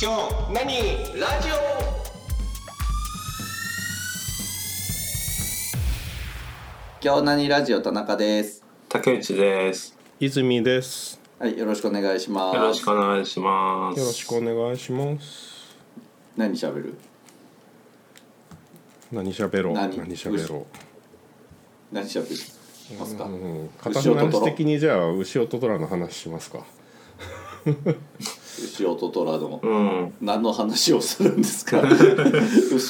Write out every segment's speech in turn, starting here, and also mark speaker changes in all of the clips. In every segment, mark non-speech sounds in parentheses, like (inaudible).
Speaker 1: 今日何ラジオ
Speaker 2: 今日何ラジオ田中です。
Speaker 3: 竹内です。
Speaker 4: 泉です。
Speaker 2: はい、よろしくお願いします。
Speaker 3: よろしくお願いします。
Speaker 4: よろしくお願いします。
Speaker 2: 何喋る？
Speaker 4: 何喋ろう。
Speaker 2: 何
Speaker 4: 何喋ろ
Speaker 2: 何喋りますか？
Speaker 4: う。うん、片
Speaker 2: 牛を
Speaker 4: の
Speaker 2: トトロ
Speaker 4: 話的にじゃあ牛音虎の話しますか。
Speaker 2: 牛尾と虎の
Speaker 3: うん。
Speaker 2: 何の話をするんです
Speaker 3: (laughs)
Speaker 2: か？牛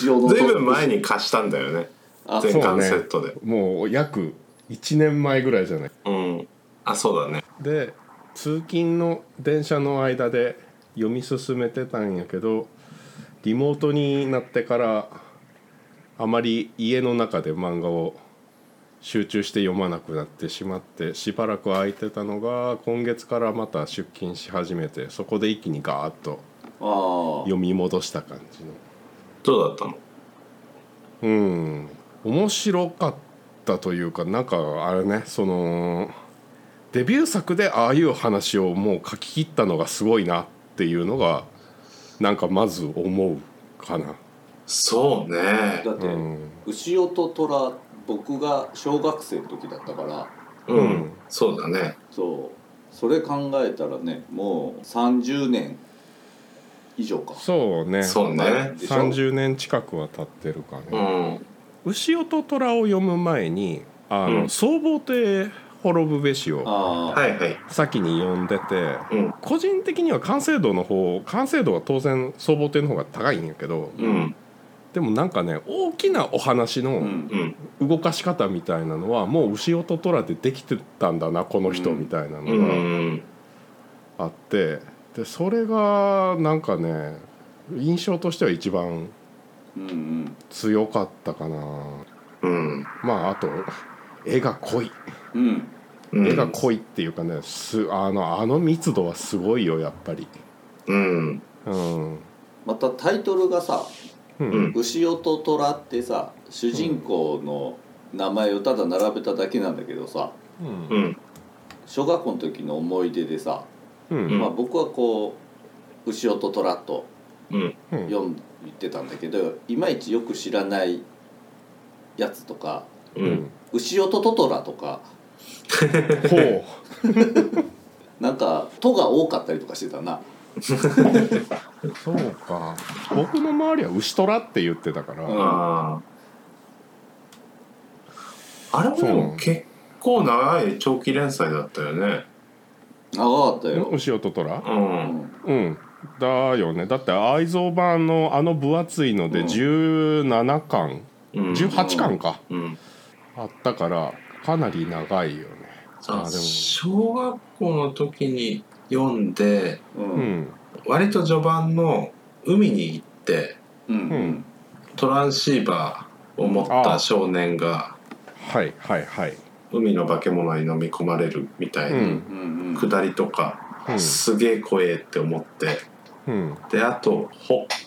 Speaker 2: 尾のと
Speaker 3: ずいぶん前に貸したんだよね。
Speaker 2: あ
Speaker 3: 前
Speaker 4: そう
Speaker 3: 巻
Speaker 4: ね
Speaker 3: セットで。
Speaker 4: もう約1年前ぐらいじゃない。
Speaker 3: うん。あ、そうだね。
Speaker 4: で通勤の電車の間で読み進めてたんやけどリモートになってからあまり家の中で漫画を集中して読まなくなってしまってしばらく空いてたのが今月からまた出勤し始めてそこで一気にガーッと
Speaker 2: ああ
Speaker 4: 読み戻した感じの
Speaker 3: どうだったの
Speaker 4: うん面白かったというかなんかあれねそのデビュー作でああいう話をもう書き切ったのがすごいなっていうのがなんかまず思うかな。
Speaker 3: そうね。
Speaker 2: だって、
Speaker 4: うん
Speaker 2: 牛尾と虎僕が小学生の時だったから、
Speaker 3: うんん。そうだね。
Speaker 2: そうそれ考えたらね、もう30年以上か。
Speaker 4: そうね
Speaker 3: そうね。
Speaker 2: でしょ
Speaker 4: 30年近くは経ってるかね。
Speaker 3: うん。
Speaker 4: 牛尾と虎を読む前にあの、
Speaker 3: うん
Speaker 4: 僧帽亭滅ぶべしを
Speaker 2: ああ、
Speaker 3: はいはい。
Speaker 4: 先に読んでて
Speaker 3: うん。
Speaker 4: 個人的には完成度の方完成度は当然僧帽亭の方が高いんやけど、
Speaker 3: うん。
Speaker 4: でもなんかね大きなお話
Speaker 2: う
Speaker 4: の
Speaker 2: ん
Speaker 3: う、ん。
Speaker 4: 動かし方みたいなのはもう牛音虎でできてたんだなこの人
Speaker 2: うん
Speaker 4: みたいな
Speaker 3: う
Speaker 4: の
Speaker 3: ん。
Speaker 4: があってでそれがなんかね印象としては一番
Speaker 2: うんうん
Speaker 4: 強かったかな
Speaker 3: うん。
Speaker 4: まああと絵が濃い
Speaker 2: うん、
Speaker 3: うん
Speaker 4: 絵が濃いっていうかねすあのあの密度はすごいよやっぱり
Speaker 3: うん。
Speaker 4: うん
Speaker 2: またタイトルがさ、
Speaker 4: う
Speaker 3: うんん。
Speaker 2: 牛尾と虎ってさ主人公の名前をただ並べただけなんだけどさ
Speaker 4: うん
Speaker 3: うん。
Speaker 2: 小学校の時の思い出でさ、
Speaker 4: うん
Speaker 2: まあ、僕はこう牛尾と虎と
Speaker 3: うん。
Speaker 4: うん
Speaker 2: 読んでたんだけどいまいちよく知らないやつとか
Speaker 3: う
Speaker 4: うんん。
Speaker 2: 牛尾とトトラとか
Speaker 4: ほう
Speaker 2: なんか「と」が多かったりとかしてたな、
Speaker 4: そうか僕の周りは牛虎って言ってたから、
Speaker 2: うん
Speaker 3: ああ。あれも結構長い長期連載だったよね。
Speaker 2: 長かったよ、
Speaker 4: 牛音虎
Speaker 3: う。
Speaker 2: うんん、
Speaker 4: うんだよねだって愛蔵版のあの分厚いので
Speaker 2: うん
Speaker 4: 17巻、
Speaker 3: うん。
Speaker 4: 18巻か、
Speaker 3: うん。
Speaker 4: あったからかなり長いよね
Speaker 3: あ
Speaker 4: あでも
Speaker 3: 小学校の時に読んで
Speaker 2: う
Speaker 4: うんん
Speaker 3: 割と序盤の海に行って
Speaker 2: うんうん
Speaker 3: トランシーバーを持った少年が
Speaker 4: はいはいはい
Speaker 3: 海の化け物に飲み込まれるみたい
Speaker 4: うん
Speaker 3: な
Speaker 2: うんうん
Speaker 3: 下りとか、
Speaker 4: う
Speaker 3: すげえ怖えって思って
Speaker 4: んうん
Speaker 3: であと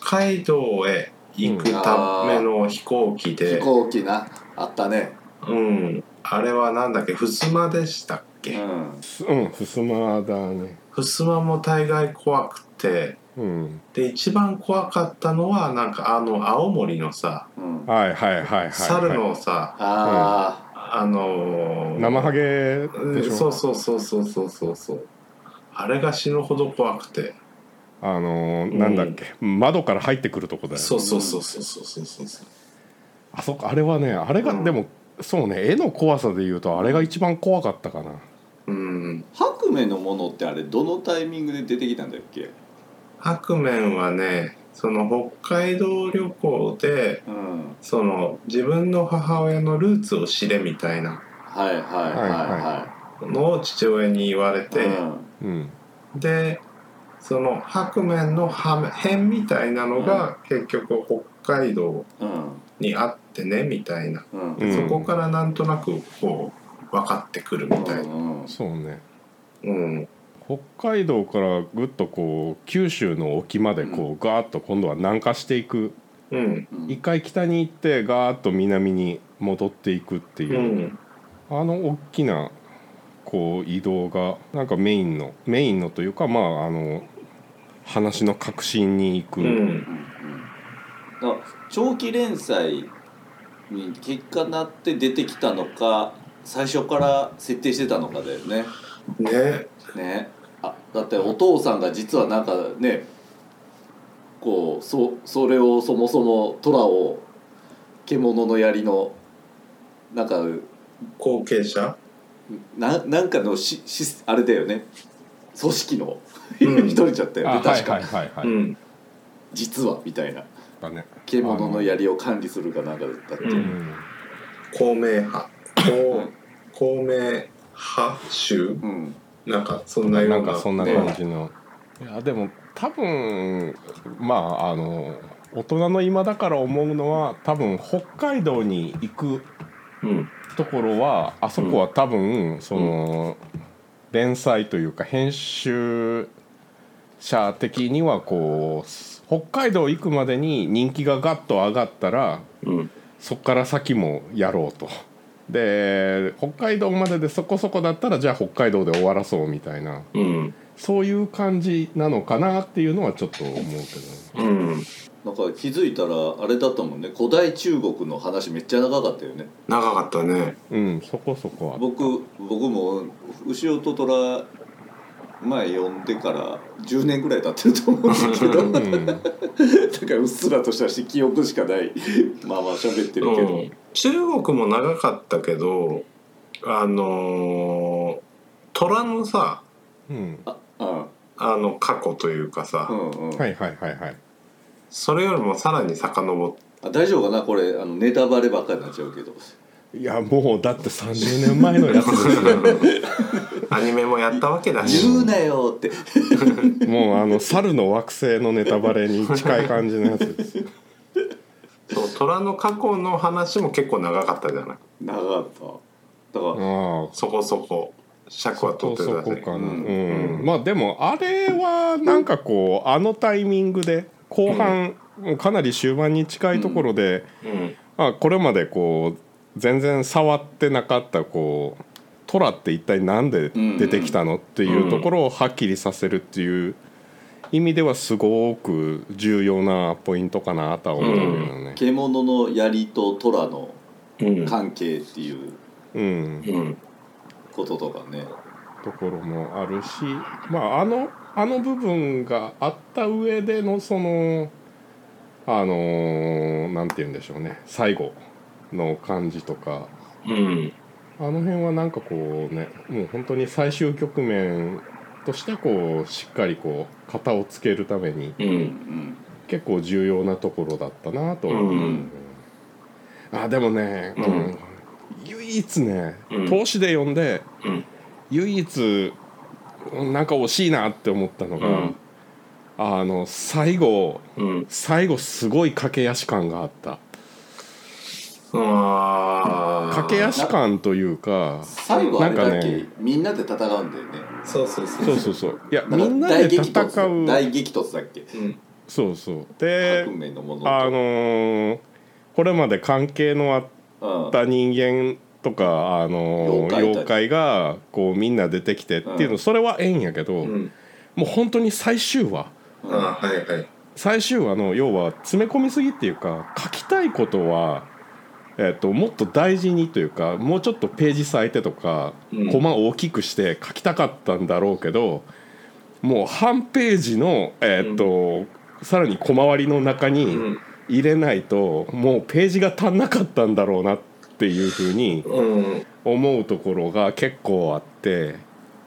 Speaker 3: 北海道へ行くための飛行機
Speaker 2: 飛
Speaker 3: で、
Speaker 2: 行機なあったね
Speaker 3: うん、あれはなんだっけ襖でしたっ
Speaker 2: う
Speaker 3: け、
Speaker 2: ん
Speaker 4: すうんふすまだね
Speaker 3: 襖も大概怖くて
Speaker 4: うん
Speaker 3: で一番怖かったのはなんかあの青森のさ
Speaker 2: うん
Speaker 4: はいはいはいはい、はい、
Speaker 3: 猿のさ
Speaker 2: あ
Speaker 3: あのー
Speaker 4: 生ハゲでし
Speaker 3: う
Speaker 4: ょ
Speaker 3: んそうそうそうそうそうそうそうあれが死ぬほど怖くて
Speaker 4: あのーなんだっけ、窓から入ってくるとこだよね
Speaker 3: そうそうそうそうそうそうそうそう
Speaker 4: あそっかあれはねあれが、
Speaker 3: うん
Speaker 4: でもそうね絵の怖さで言うとあれが一番怖かったかな
Speaker 3: うん
Speaker 2: あ白目のものってあれどのタイミングで出てきたんだっけ
Speaker 3: 白面はねその北海道旅行で
Speaker 2: うん
Speaker 3: その自分の母親のルーツを知れみたいな
Speaker 2: はいはいはいは
Speaker 3: のを父親に言われ
Speaker 2: い
Speaker 3: て、
Speaker 2: うん
Speaker 4: うん
Speaker 3: でその白面のは辺みたいなのが結局北海道
Speaker 2: うん
Speaker 3: にあってねみたいな
Speaker 2: うん
Speaker 4: うん
Speaker 3: そこからなんとなくこう分かってくるみたいな。
Speaker 2: うん
Speaker 4: そうね
Speaker 3: うん。
Speaker 4: 北海道からぐっとこう九州の沖までこうガーッと今度は南下していく
Speaker 3: うん。
Speaker 2: うん
Speaker 4: 一回北に行ってガーッと南に戻っていくって
Speaker 3: う
Speaker 4: いう、
Speaker 3: ん。
Speaker 4: あの大きなこう移動がなんかメインのメインのというかまああの話の核心に行く、
Speaker 3: うん
Speaker 2: だから長期連載に結果なって出てきたのか最初から設定してたのかだよね。
Speaker 3: ね
Speaker 2: ねあだってお父さんが実はなんかねこうそそれをそもそも虎を獣の槍のなんか
Speaker 3: 後継者
Speaker 2: ななんかのししあれだよね組織の
Speaker 3: うん
Speaker 2: (laughs) 一人ちゃったよね、
Speaker 4: あ
Speaker 2: 確か、
Speaker 4: はいはいはいはい、
Speaker 3: うん
Speaker 2: 実はみたいな
Speaker 4: だね
Speaker 2: 獣の槍を管理するかなんかだったって、
Speaker 3: う
Speaker 4: あのうんん
Speaker 3: 公明派公公明派州
Speaker 2: うん
Speaker 3: なんかそんなよう
Speaker 4: な
Speaker 3: なん
Speaker 4: かそんな感じの、いやでも多分まああの大人の今だから思うのは多分北海道に行く
Speaker 3: うん
Speaker 4: ところはあそこは多分、その連載というか編集者的にはこう北海道行くまでに人気がガッと上がったら
Speaker 3: うん
Speaker 4: そこから先もやろうと。で北海道まででそこそこだったらじゃあ北海道で終わらそうみたいな
Speaker 3: うん
Speaker 4: そういう感じなのかなっていうのはちょっと思うけど
Speaker 3: うん
Speaker 2: なんか気づいたらあれだったもんね古代中国の話めっちゃ長かったよね
Speaker 3: 長かったね
Speaker 4: うんそこそこは
Speaker 2: 僕僕も「牛尾と虎」前読んでから10年ぐらい経ってると思うんだ
Speaker 3: (laughs)
Speaker 2: けど
Speaker 4: (laughs) う
Speaker 2: だか
Speaker 4: ん、
Speaker 2: らうっすらとしたし記憶しかない (laughs) まあまあ喋ってるけど、
Speaker 3: うん中国も長かったけどあのー虎のさ
Speaker 4: うん、
Speaker 2: ああ
Speaker 3: あの過去というかさ、
Speaker 2: うんうん、
Speaker 4: はいはいはいはい
Speaker 3: それよりもさらに遡って
Speaker 2: あ大丈夫かなこれあのネタバレばっかりになっちゃうけど
Speaker 4: いやもうだって30年前のやつですよ
Speaker 3: アニメもやったわけだし、
Speaker 2: 言うなよって
Speaker 4: もうあの猿の惑星のネタバレに近い感じのやつです
Speaker 3: そう虎の過去の話も結構長かったじゃない
Speaker 2: 長かっただから、
Speaker 4: ああ
Speaker 3: そこそこ尺は取
Speaker 4: そ
Speaker 3: ってた
Speaker 4: こ
Speaker 3: し
Speaker 4: かな、う
Speaker 2: うんん
Speaker 4: まあでもあれはなんかこうあのタイミングで後半、かなり終盤に近いところで、
Speaker 3: うん
Speaker 4: まあ、これまでこう全然触ってなかったこうトラって一体なんで出てきたのっていうところをはっきりさせるっていう意味ではすごく重要なポイントかなとは思うよね。
Speaker 2: 獣の槍と虎の
Speaker 3: うん
Speaker 2: 関係っていう
Speaker 4: うん、
Speaker 3: うん
Speaker 2: こととかね
Speaker 4: ところもあるし、まあ、あのあの部分があった上でのそのあのーなんて言うんでしょうね最後の感じとか。
Speaker 3: うん
Speaker 4: あの辺はなんかこうねもう本当に最終局面としてこうしっかりこう型をつけるために
Speaker 3: う
Speaker 2: うんん
Speaker 4: 結構重要なところだったなと、
Speaker 3: うん
Speaker 4: あでもね、
Speaker 3: うん
Speaker 4: うん唯一ね
Speaker 3: うん
Speaker 4: 投資で読んで、
Speaker 3: うん
Speaker 4: 唯一うんなんか惜しいなって思ったのが、
Speaker 3: うん
Speaker 4: あの最後
Speaker 3: うん
Speaker 4: 最後すごい駆け足感があった
Speaker 3: あー
Speaker 4: 駆け足感というか
Speaker 2: 最後あれだっ
Speaker 4: なん
Speaker 2: け、
Speaker 4: かね
Speaker 2: みんなで戦うんだよね
Speaker 3: そうそうそう
Speaker 4: そうそうそう
Speaker 3: (laughs)
Speaker 4: いや
Speaker 2: だ
Speaker 4: み
Speaker 2: から
Speaker 4: んなで
Speaker 2: 大
Speaker 4: 戦
Speaker 2: 激突
Speaker 4: う
Speaker 2: 大激突だっけ
Speaker 3: うん
Speaker 4: そうそうで
Speaker 2: 革命のものと
Speaker 4: あのーこれまで関係のあっ
Speaker 2: うん
Speaker 4: た人間とか、あのー
Speaker 2: 妖怪たち
Speaker 4: 妖怪がこうみんな出てきてっていうの、
Speaker 2: うん
Speaker 4: それはええんやけど、
Speaker 3: うん
Speaker 4: もう本当に最終話
Speaker 3: あーはいはい
Speaker 4: 最終話の要は詰め込みすぎっていうか書きたいことは、えっともっと大事にというかもうちょっとページ割いてとか、
Speaker 3: うん
Speaker 4: コマを大きくして書きたかったんだろうけどもう半ページの、えっとさらに小回りの中に。
Speaker 3: うん
Speaker 4: 入れないともうページが足んなかったんだろうなっていうふうに
Speaker 3: うん
Speaker 4: 思うところが結構あって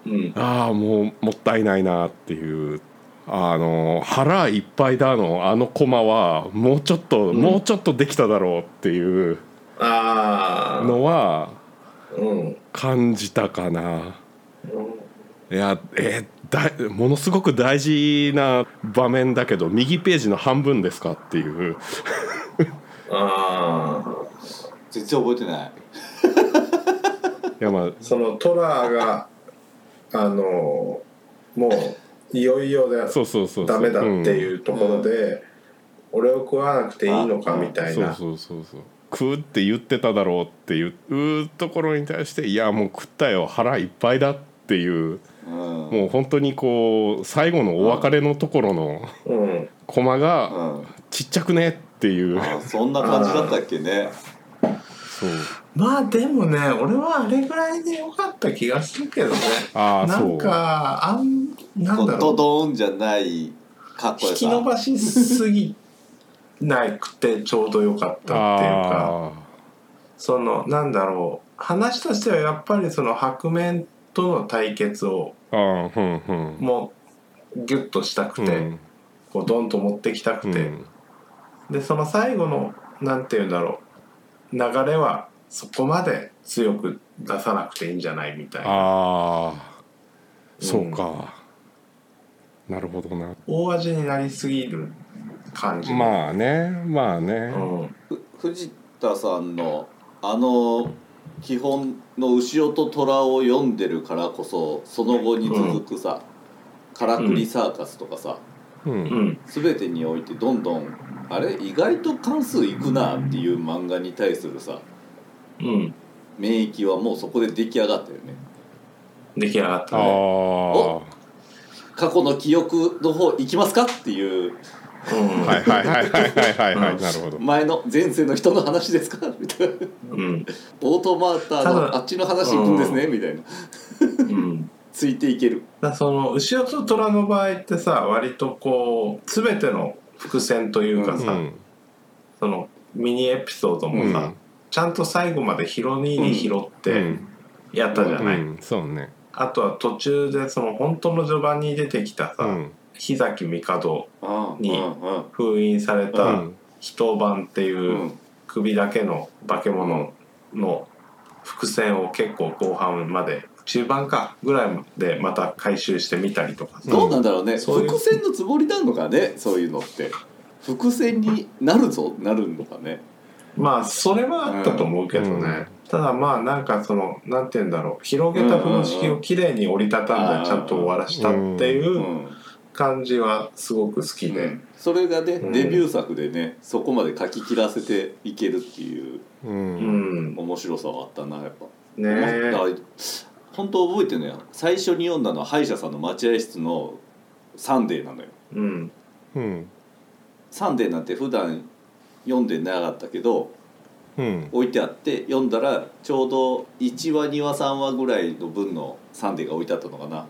Speaker 3: うん
Speaker 4: ああもうもったいないなっていうあの腹いっぱいだのあのコマはもうちょっと、
Speaker 3: ん
Speaker 4: もうちょっとできただろうっていう
Speaker 3: ああ
Speaker 4: のは
Speaker 3: うん
Speaker 4: 感じたかな。いやえーだものすごく大事な場面だけど右ページの半分ですかっていう
Speaker 3: ああ
Speaker 2: 全然覚えてない
Speaker 4: いやまあ
Speaker 3: そのトラがあのもういよいよだ
Speaker 4: そうそうそうそう
Speaker 3: ダメだって
Speaker 4: うん
Speaker 3: いうところで、俺を食わなくていいのかみたい
Speaker 4: そう
Speaker 3: な
Speaker 4: そうそうそう食うって言ってただろうっていうところに対していやもう食ったよ腹いっぱいだっていう
Speaker 2: うん
Speaker 4: もう本当にこう最後のお別れのところの
Speaker 3: うん
Speaker 4: コマ
Speaker 2: う
Speaker 4: が
Speaker 2: ん
Speaker 4: 「ちっちゃくね」っていう
Speaker 2: あそんな感じだったっけね
Speaker 4: そう
Speaker 3: まあでもね俺はあれぐらいでよかった気がするけどね
Speaker 4: ああ
Speaker 3: な
Speaker 4: そ
Speaker 3: ん
Speaker 4: う
Speaker 3: かあんなん
Speaker 2: ド
Speaker 3: だろう
Speaker 2: ドーンじゃないかっこ
Speaker 3: 引
Speaker 2: よ
Speaker 3: き
Speaker 2: さ
Speaker 3: 伸ばしすぎなくてちょうどよかったっていうか。
Speaker 4: あ
Speaker 3: そのなんだろう話としてはやっぱりその白面との対決を
Speaker 4: ーあーうんうん
Speaker 3: もうギュッとしたくて、
Speaker 4: うん
Speaker 3: こうドンと持ってきた
Speaker 4: う
Speaker 3: くて、
Speaker 4: ん
Speaker 3: でその最後のなんて言うんだろう流れはそこまで強く出さなくていいんじゃないみたいな
Speaker 4: ああそうか、なるほどな
Speaker 3: 大味になりすぎる感じ、
Speaker 4: まあねまあ
Speaker 3: う
Speaker 4: ね、
Speaker 3: ん、
Speaker 2: 藤田さんのあの基本の「牛尾と虎」を読んでるからこそその後に続くさ「からくりサーカス」とかさ
Speaker 4: うん
Speaker 3: うん、
Speaker 2: 全てにおいてどんどんあれ意外と関数いくなっていう漫画に対するさ
Speaker 3: うん、
Speaker 2: 免疫はもうそこで出来上がったよね
Speaker 3: 出来上がっ
Speaker 4: あ
Speaker 3: た
Speaker 4: あ
Speaker 3: ね、
Speaker 2: お過去の記憶の方行きますかっていう
Speaker 3: うん
Speaker 4: はいはいはいはいはいはいはい、
Speaker 3: うん
Speaker 4: なるほど
Speaker 2: 前の前世の人の話ですかみたい
Speaker 3: (laughs)
Speaker 2: な
Speaker 3: うん
Speaker 2: オートマーター
Speaker 3: 多
Speaker 2: の
Speaker 3: 分
Speaker 2: あっちの話行くんですねみたいな
Speaker 3: うん
Speaker 2: ついていける
Speaker 3: だからその牛尾と虎の場合ってさ割とこう全ての伏線というか
Speaker 4: う
Speaker 3: さ、
Speaker 4: ん
Speaker 3: そのミニエピソードもさ、ちゃんと最後まで拾いに拾っ
Speaker 4: う
Speaker 3: て
Speaker 4: ん
Speaker 3: やったじゃ
Speaker 4: う
Speaker 3: ない、
Speaker 4: んそうね
Speaker 3: あとは途中でその本当の序盤に出てきたさ、
Speaker 4: うん
Speaker 3: 日崎帝
Speaker 2: ああ
Speaker 3: に
Speaker 2: うんうん
Speaker 3: 封印され
Speaker 4: う
Speaker 3: た
Speaker 4: ん
Speaker 3: 一晩っていううん首だけの化け物の伏線を結構後半まで中盤かぐらいまでまた回収してみたりとかさ、
Speaker 2: どうなんだろうね、
Speaker 3: そういう
Speaker 2: 伏線のつもりなのかねそういうのって伏線になるぞなるのかね
Speaker 3: まあそれはあったと思うけどね、
Speaker 4: うんうん
Speaker 3: ただまあなんかそのなんて言うんだろう広げた風呂敷をきれいに折りたたんでちゃんと終わらしたっていううん感じはすごく好きで、
Speaker 2: うんそれがね、
Speaker 3: うん
Speaker 2: デビュー作でねそこまで書き切らせていけるっていう
Speaker 4: う
Speaker 3: うんん、ね
Speaker 2: 面白さはあったなやっぱ、
Speaker 3: え
Speaker 2: だから本当覚えてるのよ最初に読んだのは歯医者さんの待合室の「サンデー」なのよ
Speaker 3: うん
Speaker 4: うん
Speaker 2: 「サンデー」なんて普段読んでなかったけど
Speaker 4: うん
Speaker 2: 置いてあって読んだらちょうど1話2話3話ぐらいの分の「サンデー」が置いてあったのかな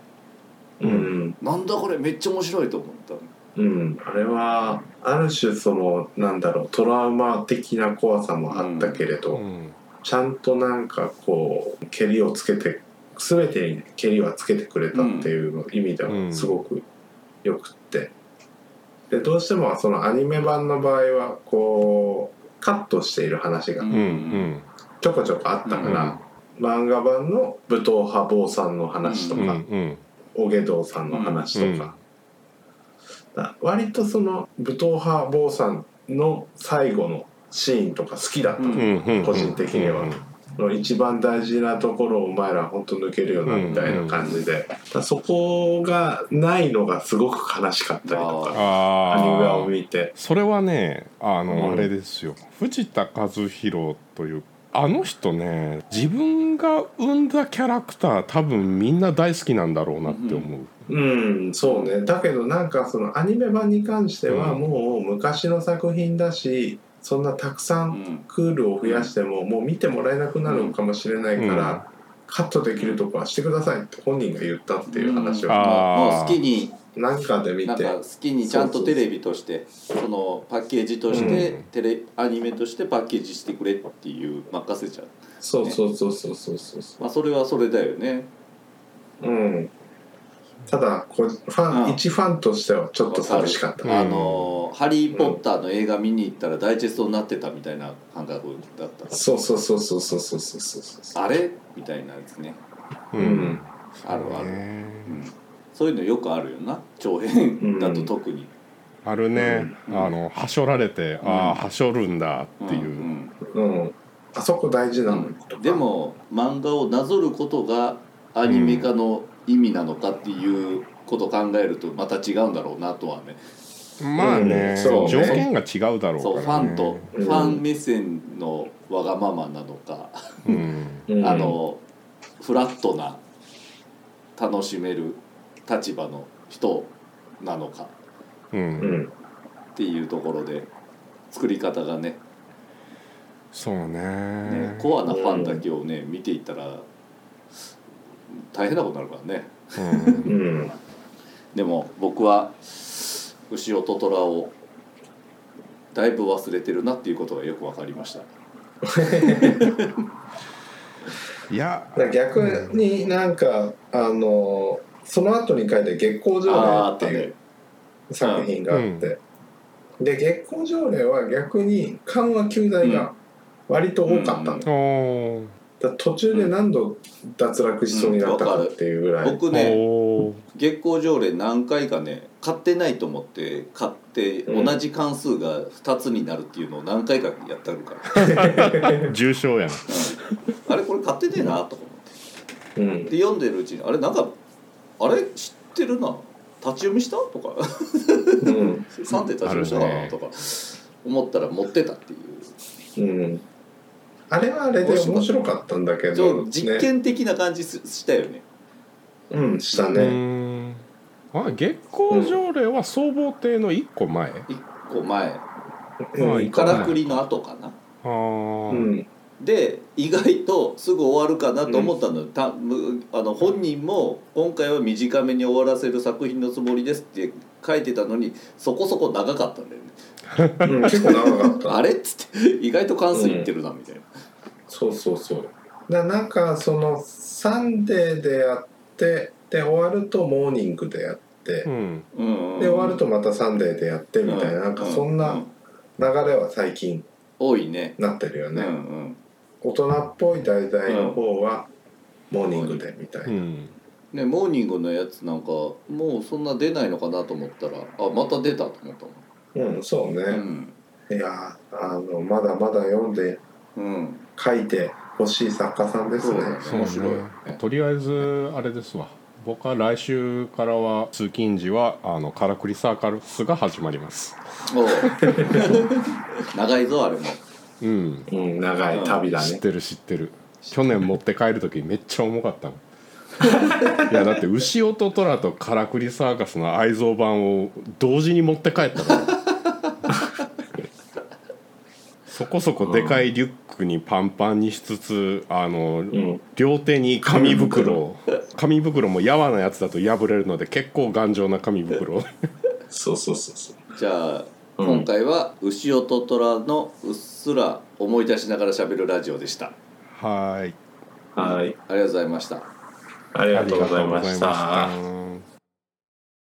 Speaker 3: うん
Speaker 2: なんだこれめっちゃ面白いと思ったの
Speaker 3: うん、あれはある種そのなんだろうトラウマ的な怖さもあったけれど、
Speaker 4: うん
Speaker 3: ちゃんとなんかこうけりをつけて全てにけりはつけてくれたっていう意味で
Speaker 4: う
Speaker 3: は
Speaker 4: ん
Speaker 3: すごくよくって、でどうしてもそのアニメ版の場合はこうカットしている話が
Speaker 2: うん
Speaker 4: うんうん
Speaker 3: ちょこちょこあったから、漫画版の武闘派坊さんの話と
Speaker 4: う
Speaker 3: か、
Speaker 4: んうん
Speaker 3: おげどうさんの話とか,、だ割とその武闘派坊さんの最後のシーンとか好きだったの、
Speaker 2: うん
Speaker 4: うんうん
Speaker 3: 個人的にはの一番大事なところをお前ら本当抜けるよなみたいな感じで、だからそこがないのがすごく悲しかったりとかア
Speaker 4: ああ
Speaker 3: ニメを見て
Speaker 4: それはねあの、
Speaker 3: うん
Speaker 4: あれですよ藤田和弘というあの人ね自分が生んだキャラクター多分みんな大好きなんだろうなって思う、
Speaker 3: うんそうねだけどなんかそのアニメ版に関しては
Speaker 4: うん
Speaker 3: もう昔の作品だしそんなたくさ
Speaker 2: うんん
Speaker 3: クールを増やしてももう見てもらえなくなるかもしれないから、
Speaker 4: うん
Speaker 3: カットできるとこはしてくださいって本人が言ったっていう話
Speaker 4: んあ
Speaker 3: を
Speaker 2: もう
Speaker 4: ー
Speaker 2: もう好きに
Speaker 3: なんかで見
Speaker 2: なん
Speaker 3: て
Speaker 2: か好きにちゃんとテレビとしてそのパッケージとして、
Speaker 4: うん
Speaker 2: テレアニメとしてパッケージしてくれっていう任せちゃう、
Speaker 3: そうそうそうそうそうそうそう
Speaker 2: まあ、それはそれだよね
Speaker 3: うん、ただこうファン、
Speaker 2: うん
Speaker 3: 一ファンとしてはちょっと寂しかった、
Speaker 4: う
Speaker 3: うんん
Speaker 2: あのーハリー・ポッター」の映画見に行ったらダイジェストになってたみたいな感覚だった、
Speaker 3: そうそうそうそうそうそうそうそうそう
Speaker 2: あれみたいなやつね
Speaker 4: う
Speaker 3: うん
Speaker 2: あるある、
Speaker 4: ね
Speaker 2: うんそういうのよくあるよな長編だと特に、
Speaker 4: あるね、あのはしょられ
Speaker 2: ん
Speaker 4: て、ああはしょるんだっていう、
Speaker 2: んん
Speaker 3: うんあそこ大事なのにとか、
Speaker 2: でも漫画をなぞることがアニメ化の意味なのかっていうことを考えるとまた違うんだろうなとはね
Speaker 4: まあね,、
Speaker 3: うんそうね
Speaker 4: 条件が違うだろうから、ね、
Speaker 2: そうファンと
Speaker 3: うん
Speaker 2: ファン目線のわがままなのか、
Speaker 4: うん
Speaker 3: うん
Speaker 2: あのフラットな楽しめる立場の人なのか
Speaker 4: う
Speaker 3: うんん
Speaker 2: っていうところで作り方がね
Speaker 4: そう
Speaker 2: ね
Speaker 4: ね
Speaker 2: コアなファンだけをね見ていったら大変なことになるからね
Speaker 4: うん
Speaker 3: うん
Speaker 2: でも僕は牛音虎をだいぶ忘れてるなっていうことがよく分かりました
Speaker 4: いや
Speaker 3: だから逆になんか、あのその後に書いた「月光
Speaker 2: ああ
Speaker 3: 条
Speaker 2: ーあっ
Speaker 3: 例」っ
Speaker 2: てた
Speaker 3: い
Speaker 2: ね
Speaker 3: う作品があって、で月光条例は逆に緩和球大が割と多かったの、
Speaker 2: うん
Speaker 3: だか
Speaker 4: おー
Speaker 3: ら途中で何度脱落しそうになったかっていうぐらい、
Speaker 2: 僕ね
Speaker 4: おー
Speaker 2: 月光条例何回かね買ってないと思って買って
Speaker 3: う
Speaker 2: 同
Speaker 3: ん
Speaker 2: じ関数が2つになるっていうのを何回かやってあるから、
Speaker 4: 重症やん
Speaker 2: あれこれ買ってねえなとか思
Speaker 3: うん
Speaker 2: ってで読んでるうちにあれなんかあれ知ってるな立ち読みしたとか
Speaker 3: うん
Speaker 2: 3点立ち読みした
Speaker 4: ある
Speaker 2: かな
Speaker 4: ね
Speaker 2: とか思ったら持ってたっていう
Speaker 3: うんあれはあれで面白かったんだけ
Speaker 2: ちょっ
Speaker 3: ど、
Speaker 2: と実
Speaker 3: ね、
Speaker 2: 験的な感じすしたよね
Speaker 3: うんした
Speaker 4: う
Speaker 3: ね、
Speaker 4: んあ月光条例は総合亭の一個前
Speaker 2: 1個前
Speaker 3: うん
Speaker 4: はい
Speaker 2: からくりの後かな
Speaker 4: あ
Speaker 3: う
Speaker 4: ー
Speaker 3: ん
Speaker 2: で意外とすぐ終わるかなと思ったの,、たむあの本人も今回は短めに終わらせる作品のつもりですって書いてたのにそこそこ長かったんだよね
Speaker 3: うん、結構長かった
Speaker 2: あれっつって (laughs) 意外と関数いってるなみたいな、
Speaker 3: そうそうそうだなんかそのサンデーでやってで終わるとモーニングでやって、
Speaker 4: うん
Speaker 2: うんうん
Speaker 3: で終わるとまたサンデーでやってみたいな,、
Speaker 2: う
Speaker 3: なんかそん
Speaker 2: う
Speaker 3: な流れは最近
Speaker 2: 多いね
Speaker 3: なってるよ
Speaker 2: うん
Speaker 3: ね、
Speaker 2: うん
Speaker 3: 大人っぽい題材の方はモーニングでみたいな、
Speaker 4: うん
Speaker 2: ねモーニングのやつなんかもうそんな出ないのかなと思ったらあまた出たと思ったも
Speaker 3: うんそうね、
Speaker 2: ん
Speaker 3: いやーあのまだまだ読んで
Speaker 2: うん、うん、
Speaker 3: 書いてほしい作家さんですね
Speaker 2: そう面白いよね
Speaker 4: そうねとりあえずあれですわ僕は来週からは通勤時はあのカラクリサーカルスが始まります
Speaker 2: おう長いぞあれも
Speaker 4: うん
Speaker 3: うん長い旅だ
Speaker 4: 知っ
Speaker 3: ね、
Speaker 4: てる知ってる去年持って帰る時めっちゃ重かったも (laughs) んいやだって牛音虎とカラクリサーカスの愛蔵版を同時に持って帰ったから (laughs) そこそこでかいリュックにパンパンにしつつあの、
Speaker 3: うん
Speaker 4: 両手に紙袋を紙袋もやわなやつだと破れるので結構頑丈な紙 (laughs) 袋を
Speaker 3: そうそうそうそう
Speaker 2: じゃあ、
Speaker 3: うん
Speaker 2: 今回は牛音虎のうっすら思い出しながら喋るラジオでしたあ
Speaker 4: はい
Speaker 3: はい
Speaker 2: りがとうございました
Speaker 3: あり
Speaker 4: あ
Speaker 3: がとうございました
Speaker 4: りがとうございました